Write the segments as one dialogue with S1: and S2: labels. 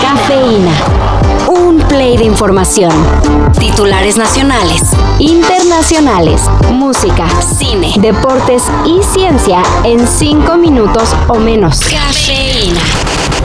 S1: Cafeína. Un play de información. Titulares nacionales, internacionales, música, cine, deportes y ciencia en cinco minutos o menos. Cafeína.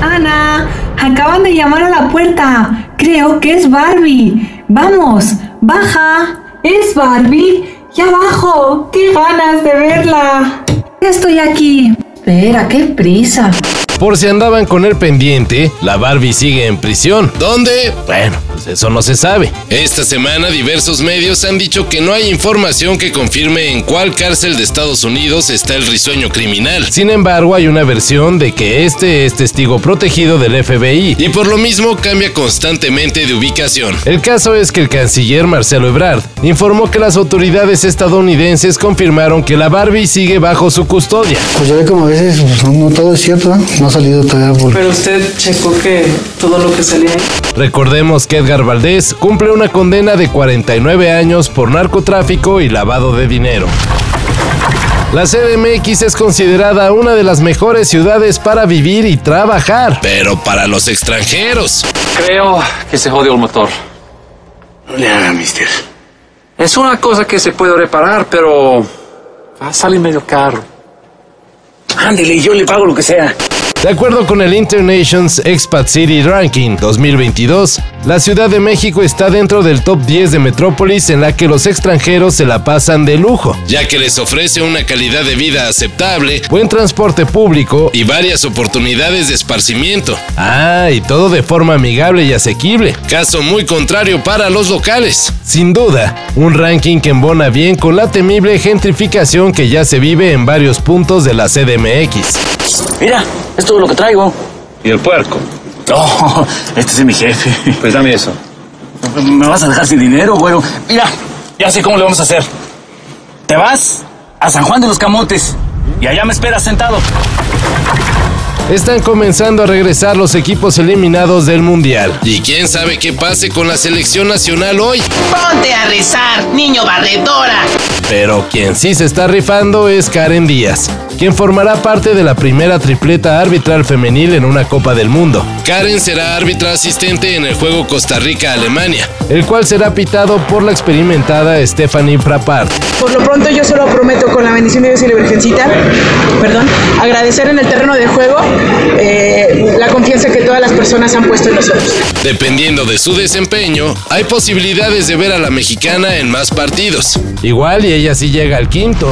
S2: Ana, acaban de llamar a la puerta. Creo que es Barbie. Vamos, baja. Es Barbie. Ya abajo. Qué ganas de verla. Estoy aquí. Espera, qué prisa.
S3: Por si andaban con el pendiente, la Barbie sigue en prisión. ¿Dónde? Bueno, pues eso no se sabe. Esta semana diversos medios han dicho que no hay información que confirme en cuál cárcel de Estados Unidos está el risueño criminal. Sin embargo, hay una versión de que este es testigo protegido del FBI y por lo mismo cambia constantemente de ubicación. El caso es que el canciller Marcelo Ebrard informó que las autoridades estadounidenses confirmaron que la Barbie sigue bajo su custodia.
S4: Pues ya ve como a veces pues, no todo es cierto, ¿eh? no ha salido todavía por...
S5: Pero usted checó que todo lo que salía ahí.
S3: Recordemos que Edgar Valdés cumple una condena de 49 años por narcotráfico y lavado de dinero. La CDMX es considerada una de las mejores ciudades para vivir y trabajar, pero para los extranjeros.
S6: Creo que se jodió el motor.
S7: No le haga, mister.
S6: Es una cosa que se puede reparar, pero va a salir medio caro.
S7: Ándele, yo le pago lo que sea.
S3: De acuerdo con el Internation's Expat City Ranking 2022, la Ciudad de México está dentro del top 10 de metrópolis en la que los extranjeros se la pasan de lujo, ya que les ofrece una calidad de vida aceptable, buen transporte público y varias oportunidades de esparcimiento. Ah, y todo de forma amigable y asequible, caso muy contrario para los locales. Sin duda, un ranking que embona bien con la temible gentrificación que ya se vive en varios puntos de la CDMX.
S7: Mira, es todo lo que traigo.
S6: ¿Y el puerco?
S7: No, este es mi jefe.
S6: Pues dame eso.
S7: Me vas a dejar sin dinero, güero. Mira, ya sé cómo le vamos a hacer. Te vas a San Juan de los Camotes y allá me esperas sentado.
S3: Están comenzando a regresar los equipos eliminados del Mundial. ¿Y quién sabe qué pase con la selección nacional hoy?
S8: Ponte a rezar, niño barredora.
S3: Pero quien sí se está rifando es Karen Díaz, quien formará parte de la primera tripleta arbitral femenil en una Copa del Mundo. Karen será árbitra asistente en el juego Costa Rica-Alemania, el cual será pitado por la experimentada Stephanie Frappart.
S9: Por lo pronto yo solo prometo con la bendición de Dios y la Virgencita, perdón, agradecer en el terreno de juego eh, la confianza que todas las personas han puesto en nosotros.
S3: Dependiendo de su desempeño, hay posibilidades de ver a la mexicana en más partidos. Igual y ella sí llega al quinto.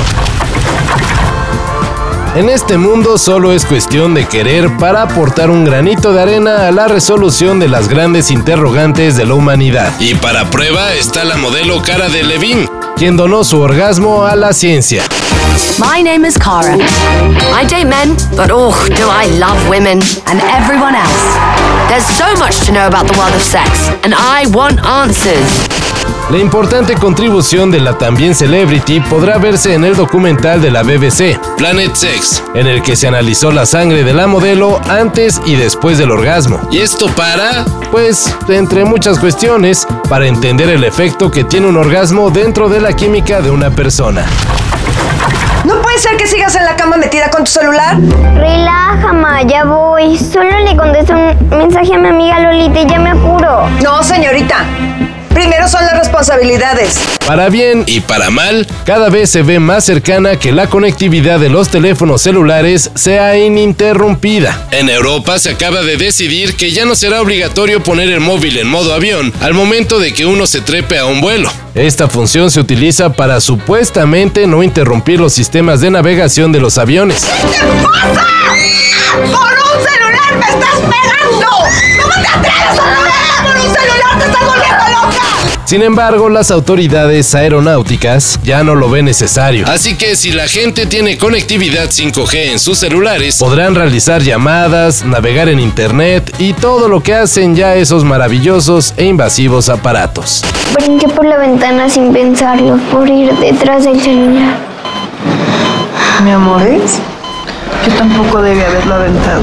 S3: En este mundo solo es cuestión de querer para aportar un granito de arena a la resolución de las grandes interrogantes de la humanidad. Y para prueba está la modelo Cara de Levin, quien donó su orgasmo a la ciencia.
S10: My name is Cara. I date men, but oh, do I love women and everyone else. There's so much to know about the world of sex, and I want answers.
S3: La importante contribución de la también celebrity podrá verse en el documental de la BBC, Planet Sex, en el que se analizó la sangre de la modelo antes y después del orgasmo. ¿Y esto para? Pues, entre muchas cuestiones, para entender el efecto que tiene un orgasmo dentro de la química de una persona.
S11: No puede ser que sigas en la cama metida con tu celular.
S12: Relaja, ma, ya voy. Solo le contesto un mensaje a mi amiga Lolita y ya me apuro.
S11: No, señorita. Primero son las responsabilidades.
S3: Para bien y para mal, cada vez se ve más cercana que la conectividad de los teléfonos celulares sea ininterrumpida. En Europa se acaba de decidir que ya no será obligatorio poner el móvil en modo avión al momento de que uno se trepe a un vuelo. Esta función se utiliza para supuestamente no interrumpir los sistemas de navegación de los aviones.
S13: ¿Qué te pasa? ¡Por un celular me estás pegando! ¡No te atreves a navegar con un celular! ¡Te estás volviendo loca!
S3: Sin embargo, las autoridades aeronáuticas ya no lo ven necesario. Así que si la gente tiene conectividad 5G en sus celulares, podrán realizar llamadas, navegar en Internet y todo lo que hacen ya esos maravillosos e invasivos aparatos.
S12: Brinqué por la ventana sin pensarlo, por ir detrás del celular.
S14: Mi amor, yo tampoco debí haberlo aventado.